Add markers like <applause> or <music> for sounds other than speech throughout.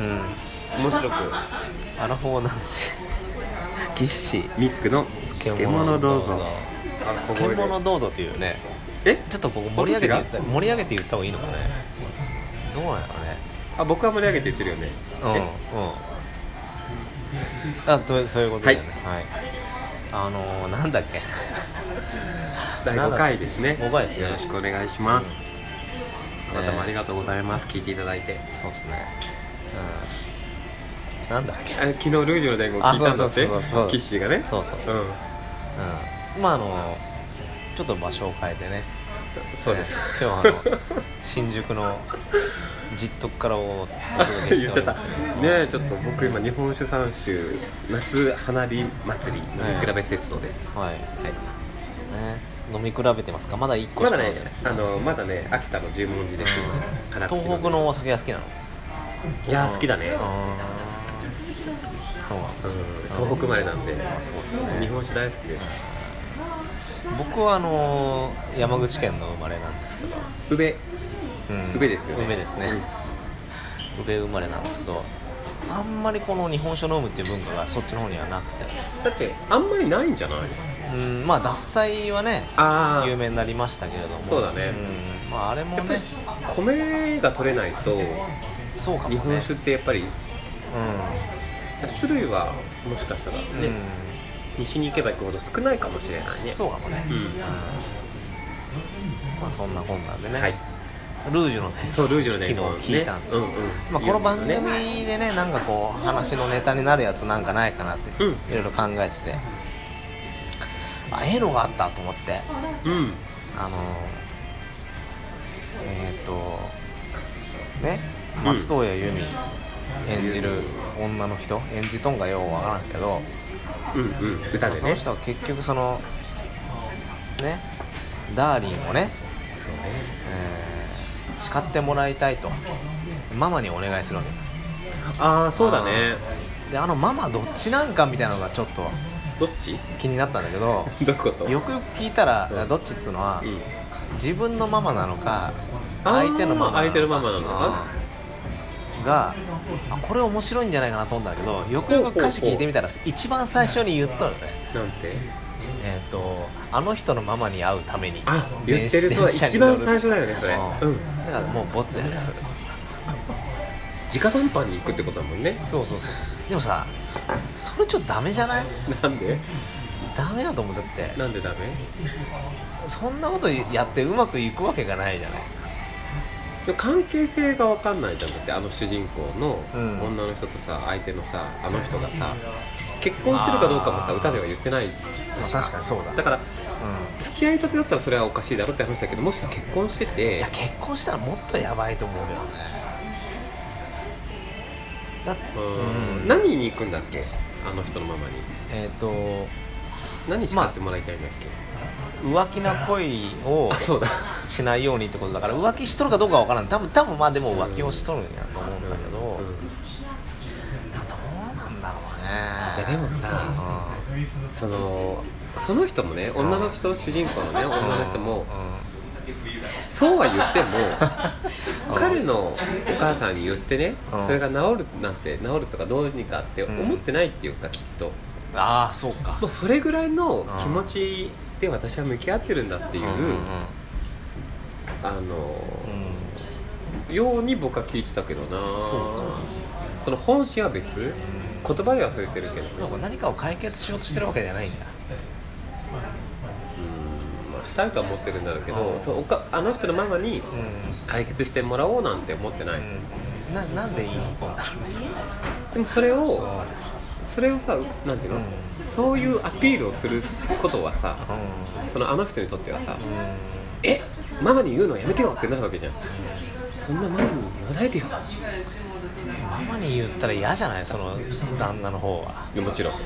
うん面白くアラフォー男 <laughs> 子ぎっしミックの漬物どうぞあ小声で漬物どうぞっていうねえちょっとここ盛り上げて言った私が盛り上げて言った方がいいのかねどうなんやろねあ僕は盛り上げて言ってるよねうんうんえあとそういうことだよねはい、あのー、なんだっけ第5回 <laughs> ですね5回ですねよろしくお願いします、うんあなたもありがとうございます、聞いていただいてそうですねうんなんだっけあ昨日ルージュの伝言あ聞いたんだってそうそうそうそうキッシーがねそうそうそううんうんまああのちょっと場所を変えてねそうですね今日はあの新宿の実徳からお届けし <laughs> 言てっちおゃりっまたねすえちょっと僕今日本酒三種夏花火祭り飲み比べセットです、はい、はいね、飲み比べてますかまだ1個ましかだねあのまだね秋田の十文字です、辛口東北のお酒が好きなのいやー好きだあねーそうなんだうん東北生まれなんでそうです日ね本酒大好きです僕はあのー山口県の生まれなんですけど、宇部うん宇部ですよね宇部ですね、宇部生まれなんですけどあんまりこの日本酒を飲むっていう文化がそっちの方にはなくてだってあんまりないんじゃないうんまあ獺祭はねあ有名になりましたけれどもそうだねうんまああれもやっぱりね米が取れないとそうかもね日本酒ってやっぱり種類はもしかしたらね、うん、うん西に行けば行くほど少ないかもしれないねそうかもね、うんまあそんな本なんでね、はいルージュのねそうルージュの伝言昨日聞いたんですよ、ねうんうんまあ、この番組ねでねなんかこう話のネタになるやつなんかないかなってうんいろいろ考えてて、あええのがあったと思ってうんあのーえっ、とね松任谷由実演じる女の人演じとんがようわからんけど、うんうん歌でそのね人は結局そのねダーリンをねそうねえー誓ってもらいたいとママにお願いするわけああそうだねであのママどっちなんかみたいなのがちょっとどっち気になったんだけどどう <laughs> いうことよくよく聞いたらうんどっちっつうのはうん自分のママなのかあー相手のママ相手のママなのかうんがあこれ面白いんじゃないかなと思うんだけどよくよく歌詞聞いてみたら一番最初に言っとるねなんてえっ、とあの人のママに会うためにあ言ってるそうだ電車に一乗る番最初だよねそれうんだからもうボツやねそれ直談判に行くってことだもんねそうそうそうでもさそれちょっとダメじゃないなんでダメだと思うだってなんでダメそんなことやってうまくいくわけがないじゃないですか関係性が分かんないじゃんだってあの主人公のうん女の人とさ相手のさあの人がさ結婚してるかどうかもさあー歌では言ってない確かにそうだだからう付き合いたてだったらそれはおかしいだろって話だけどもし結婚してんいてや結婚したらもっとやばいと思うけどねだってうんうん何に行くんだっけあの人のママにえっ、と何叱ってもらいたいんだっけ、浮気な恋をあそうだしないようにってことだから浮気しとるかどうかわからん多分多分まあでも浮気をしとるんやと思うんだけど、うんでもどうなんだろうねいやでもさうんそのその人もね女の人主人公のね女の人もそうは言ってうもん <laughs> 彼のお母さんに言ってねうんそれが治るなんて治るとかどうにかって思ってないっていうかきっとうんああそうかもうそれぐらいの気持ちで私は向き合ってるんだっていううんうんうんあのうように僕は聞いてたけどなそうその本心は別ん言葉では忘れてるけどなんか何かを解決しようとしてるわけじゃないんだうんまあしたいとは思ってるんだろうけどうんそうおかあの人のママにう解決してもらおうなんて思ってない、んななんでいいことになるんですかでもそれをそれをさなんていううの、んそういうアピールをすることはさうんそのあの人にとってはさうん「えママに言うのやめてよ」ってなるわけじゃんそんなママに言わないでよママに言ったら嫌じゃないその旦那の方は、いやもちろんね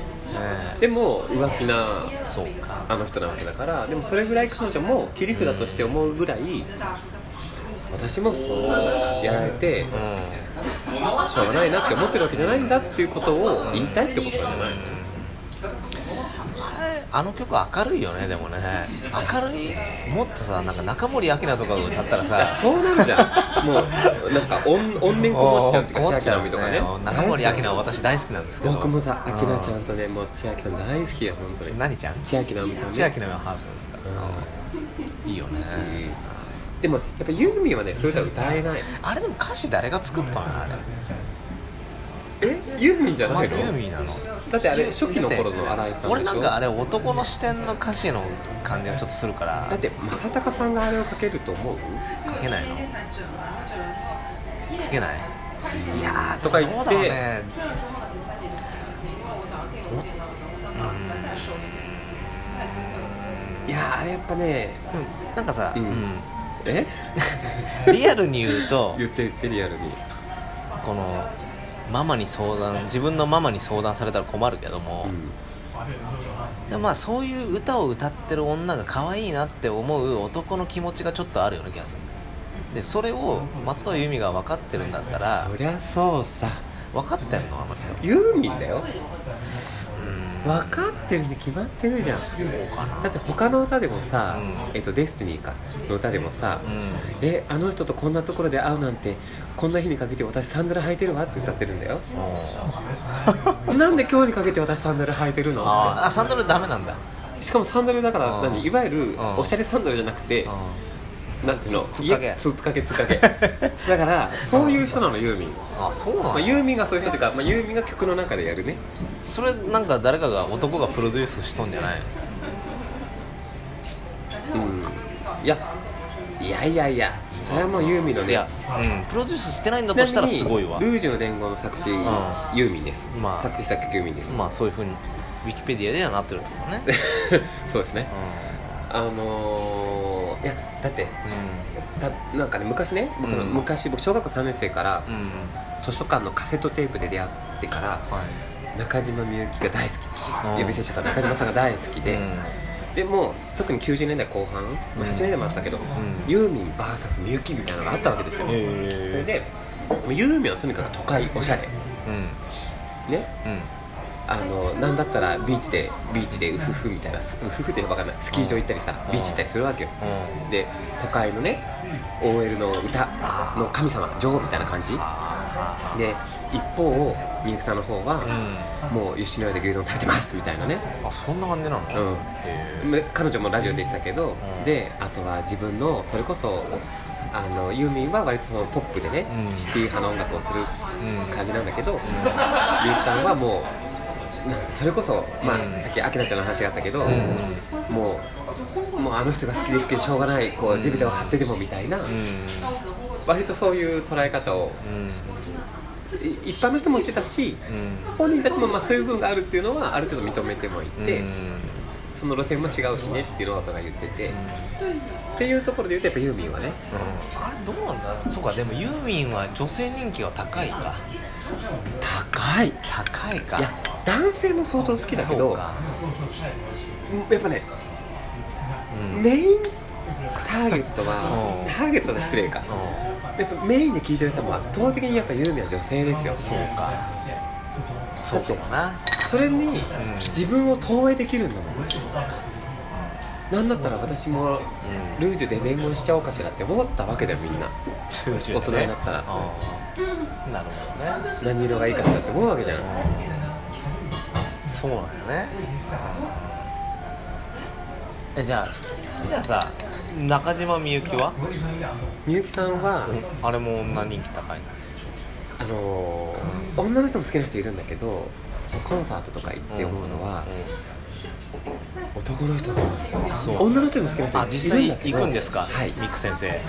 でも浮気なえ、そうかあの人なわけだからでもそれぐらい彼女も切り札として思うぐらい私もそうやられてうんうんしょうがないなって思ってるわけじゃないんだっていうことを言いたいってことじゃないあれあの曲明るいよねでもね明るいもっとさなんか中森明菜とかが歌ったらあさそうなるじゃんもうなんか怨怨念こもっちゃうっていうこかもっ千ち秋ゃ直う美とかね中森明菜は私大好きなんですけど僕もさ明菜ちゃうんとねもう千秋さん大好きや本当にん何ちゃん千秋直美さんね千秋のハーフですから、いいよね、でもやっぱユーミンはねそういう歌歌えないあれでも歌詞誰が作ったのよあれえユーミンじゃまなあいユのーミンなのだってあれ初期の頃の新井さんでしょ俺なんかあれ男の視点の歌詞の感じがちょっとするからだって正隆さんがあれをかけると思う書けないの書けないいやーとか言どっうだてろうねいやーあれやっぱねうんなんかさ、うんえうんリアルに言う <laughs> と言って言ってリアルにこのママに相談自分のママに相談されたら困るけども、でもまあそういう歌を歌ってる女が可愛いなって思う男の気持ちがちょっとあるような気がするでそれを松任谷由実が分かってるんだったらそりゃそうさ分かってんのあの人ユーミンだようん分かってるに決まってるじゃんそうかなだって他の歌でもさう「えっとデスティニーか」の歌でもさうんえあの人とこんなところで会うなんてこんな日にかけて私サンダル履いてるわって歌ってるんだ <laughs> よもなんで今日にかけて私サンダル履いてるうのあーあサンドルダメなんだしかもサンダルだからうん何いわゆるんおしゃれサンダルじゃなくてなんていうのつっかけいやつっかけつっかけ <laughs> だからそういう人なのユーミン、あそうなの、まあ、ユーミンがそういう人というか、まあ、ユーミンが曲の中でやるねそれなんか誰かが男がプロデュースしとんじゃないのうんいやいやいやいやそれはもうユーミンのいねや、うん、プロデュースしてないんだとしたらすごいわちなみにルージュの伝言の作詞、んユーミンです、まあ作詞作曲ユーミンです、まあそういうふうにウィキペディアではなってるってことね <laughs> <laughs> そうですねあのー、いやだってだなんかね昔ね僕の、うん昔僕小学校3年生からうん、うん図書館のカセットテープで出会ってからはい中島みゆきが大好うんき呼び捨てしちゃった中島さんが大好きで、うんでも特に90年代後半、まあ、うん80年代もあったけど、んユーミン VS みゆきみたいなのがあったわけですよ、へそーれでもうユーミンはとにかく都会おしゃれうんねうんあのなんだったらビーチでビーチでウフフみたいなウフフってわかんないスキー場行ったりさうんビーチ行ったりするわけようんで都会のね OL の歌の神様女王みたいな感じで一方みゆきさんの方うはんもう吉野家で牛丼食べてますみたいなねあそんな感じなの、うへんえむ彼女もラジオで言ってたけど、うんであとは自分のそれこそあのユーミンは割とそのポップでね、うんシティ派の音楽をするうん感じなんだけど、みゆきさんはもうなんてそれこそ、まあうんさっき明菜ちゃんの話があったけど、んもうもうあの人が好きで好きでしょうがないこう地べたを張ってでもみたいな、う割とそういう捉え方を、んうんい一般の人もしてたし、うん本人たちもまあそういう部分があるっていうのはある程度認めてもいて。うんその路線も違うしねっていうのをとが言ってて、っていうところで言うとやっぱユーミンはねあれどうなんだそうかでもユーミンは女性人気は高いか高いい高いかや男性も相当好きだけそうどかやっぱね、うんメインターゲットはうんターゲットは失礼かうんやっぱメインで聴いてる人も圧倒的にやっぱユーミンは女性ですよそうかそうかもなそれに自分を投影できるんだもん、なんだったら私もルージュで伝言しちゃおうかしらって思ったわけだよみ <laughs> んな大大人になったらなるほどね何色がいいかしらって思うわけじゃんそうなんよねえじゃあじゃあさ中島みゆきはみゆきさんは、あれも女人気高いあのー女の人も好きな人いるんだけどそのコンサートとか行って思うのは、男の人が多いそう女の人も好きな人あ実際いるんにだけ行どくんですかはいミック先生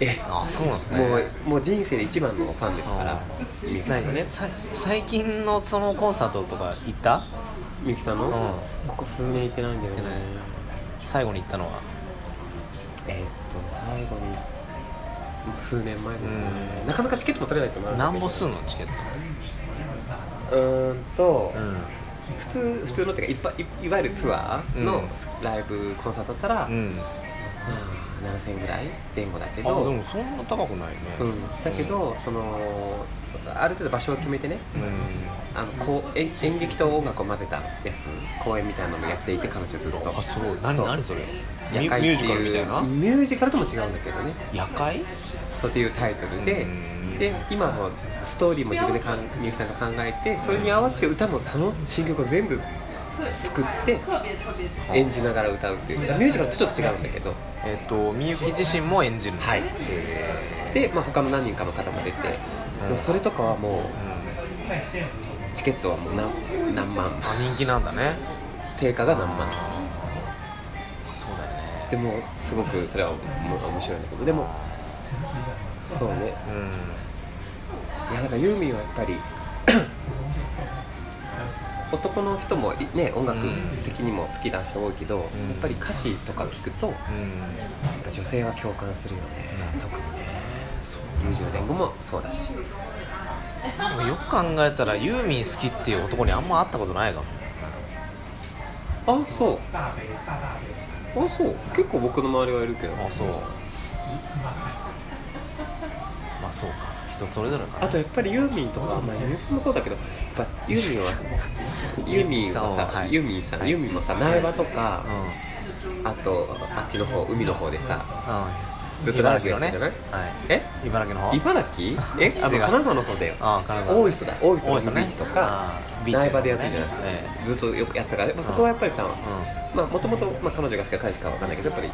えあそうなんですねもうもう人生で一番のファンですからみゆきさんのね何さ最近のそのコンサートとか行ったみゆきさんの、うここ数年行ってないんだよね行ってない最後に行ったのはえーっと最後にもう数年前ですねうなかなかチケットも取れないってもあるんだけ何どぼすんのチケットうーんと、ん普通普通のっていうかいっぱいいいわゆるツアーうのんライブコンサートだったら、うんまあ7000円ぐらい前後だけあでどもそんな高くないねうん、だけど、そのある程度場所を決めてねうんあのこう演演劇と音楽を混ぜたやつ公演みたいなのをやっていて彼女ずっとあそう何何それミュ夜会ミューってジカルみたいいうなミュージカルとも違うんだけどね夜会そうっていうタイトルでうんで今もストーリーも自分でかんみゆきさんが考えてそれに合わせて歌もその新曲を全部作って演じながら歌うっていうミュージカルとちょっと違うんだけどえっ、とみゆき自身も演じるのはいで、まあ、他の何人かの方も出て、うんもうそれとかはもうんうチケットはもう何何万あ人気なんだね定価が何万あそうだよねでもすごくそれはも面白いんだけどでもそうねうんいやだからユーミンはやっぱり <coughs> 男の人もいね音楽的にも好きな人多いけど、んやっぱり歌詞とか聞くとやっうんぱ女性は共感するよね、うん特にね20年後もそうだしでもよく考えたらユーミン好きっていう男にあんま会ったことないかもあそうあそう結構僕の周りはいるけどあそうまあそうか人それぞれかなあとやっぱりユーミンとか、まあ、ユーミンもそうだけど、やっぱユーミン <laughs> は、ユーミンはさ、はいユーミンさん、はいユーミンもさ、苗場とかう、んうんあと、あっちの方、海の方でさ、ずっと茨ラ城城のやっねてたじゃないはえい茨城の方茨 <laughs> 城えあの、違う神奈川の方だよ。ああ神奈川大磯だ、大磯の大磯ねビーチとかあー、ビーチ苗場でやってるじゃないえずっとよくやってたから、でもそこはやっぱりさ、まあ、もともと、まあ、彼女が好きか彼氏かわかんないけど、やっぱり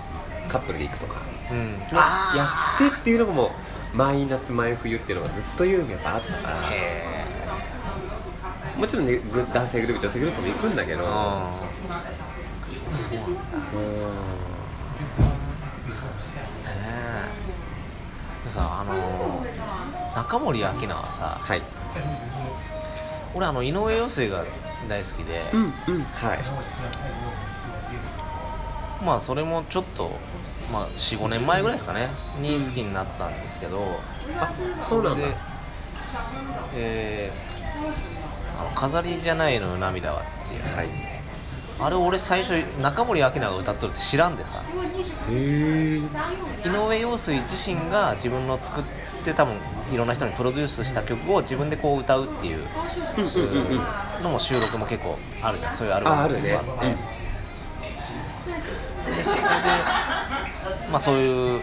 カップルで行くとか、うん、うん、やってっていうのがもう、毎夏毎冬っていうのがずっとユーミンやっぱあったから。あへもちろん、ね、ぐ男性グループ女性グループも行くんだけえうどうんそうなんだねんえでさあのー中森明菜はさはい俺あの井上陽水が大好きで、うんうんはいまあそれもちょっと、まあ、45年前ぐらいですかねに好きになったんですけど、あそうなんだでえーあの「飾りじゃないのよ涙は」っていう、はいあれ俺最初中森明菜が歌っとるって知らんでさへえ井上陽水自身が自分の作って多分いろんな人にプロデュースした曲を自分でこう歌うっていううんうんうんうんあのも収録も結構あるじゃんそういうアルバムあるねとかでそれで、まあ、そういう、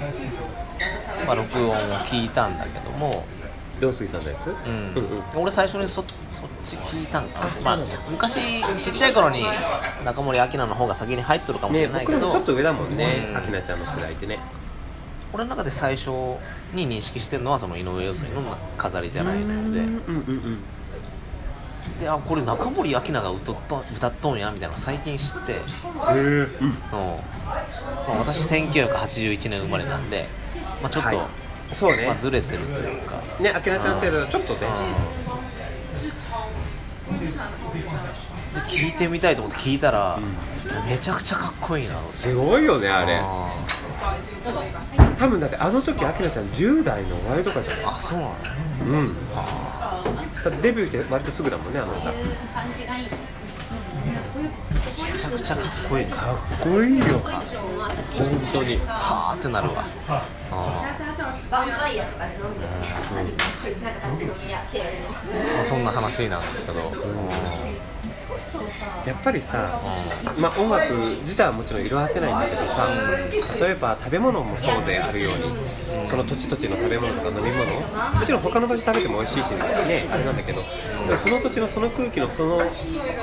まあ、録音を聞いたんだけども、うん陽水さんのやつううんうんうん俺最初にそそっち聞いたんかなあまあそうなんだ、昔ちっちゃい頃に中森明菜の方が先に入っとるかもしねれないけ僕らど、もちょっと上だもんねうんあきなちゃんの世代ってね俺の中で最初に認識してるのはその井上陽水の「飾りじゃないので」うんうんうんであこれ中森明菜が歌っと歌っとんやみたいなの最近知って。へえうんうんまあ、私1981年生まれなんで、まあ、ちょっと、はいそうねまあ、ずれてるというか、ねあきなちゃんの世代はちょっとねで聞いてみたいと思って聞いたら、めちゃくちゃかっこいいなと思ってすごいよねあれあ多分だってあの時あきなちゃん10代の終わりとかじゃないーあそうなんだうんだってデビューして割とすぐだもんねあの歌めちゃくちゃかっこいいかっこいいよ本当にはあってなるわあバンパイアとかで飲んでるね、なんか立ち飲みやチェーンの。ー、まあ、そんな話なんですけど、うんやっぱりさ、まあ、音楽自体はもちろん色あせないんだけどさ例えば食べ物もそうであるようにその土地土地の食べ物とか飲み物もちろん他の場所食べても美味しいしねあれなんだけどでもその土地のその空気のその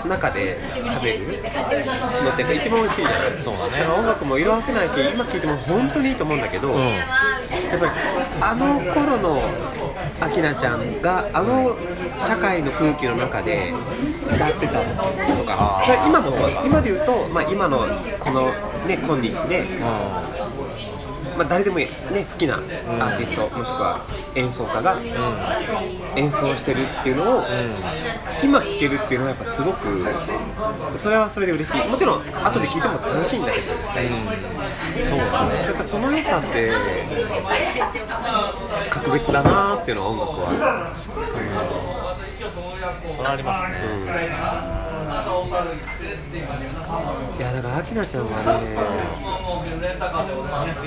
中で食べるのってやっぱ一番美味しいじゃないそうだねから音楽も色あせないし今聴いても本当にいいと思うんだけど、うんやっぱりあの頃のアキナちゃんがあの社会の空気の中で歌ってたとかそれ今もそう今で言うと、まあ、今のこの、ね、今日で、うまあ、誰でもいい、ね、好きなアーティスト、もしくは演奏家が演奏してるっていうのを、今聴けるっていうのはやっぱすごくそれはそれで嬉しいもちろん後で聴いても楽しいんだけどん、そうだねやっぱその良さって格別だなーっていうのは音楽は、それありますね、うん、いやだから明菜ちゃんはね歌って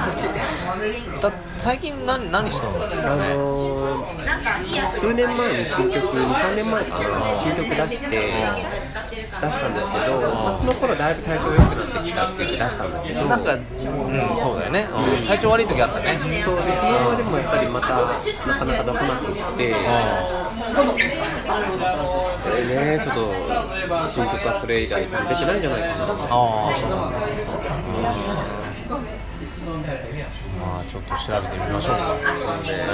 ほしいだ最近何何したんですあかねのーなんかいいやつ数年前に新曲23年前かな新曲出して出したんだけど、まあ、その頃だいぶ体調良くなってきたって出したんだけどなんかうんそうだよね、うん、体調悪い時あったねそうでそのままでもやっぱりまたなかなか出さなくってこれねちょっと新曲はそれ以来多分出てないんじゃないかなああそうなんだまあちょっと調べてみましょうかね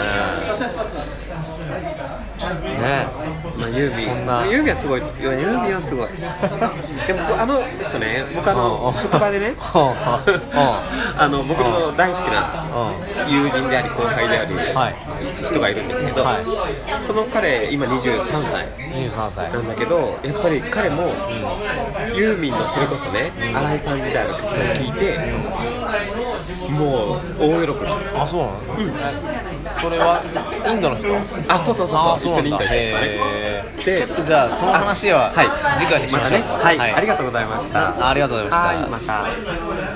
ねまあ、ユーミンそんなユーミンはすごいいやユーミンはすごいでも僕あの人ね僕あのうん職場でうんねうん <laughs> あの僕の大好きなう友人であり後輩であんはるい人がいるんですけど、はいその彼今23歳23歳なんだけどやっぱり彼も、ユーミンのそれこそね新井さん時代の曲を聴いて、もう大喜びあそうなの、それはインドの人あそうそうそうあそうそうな一緒んにいだたりとかねへーでちょっとじゃあその話はあはい次回にしままたしょねうはい、ありががとうございましたあありがとうございましたはいまた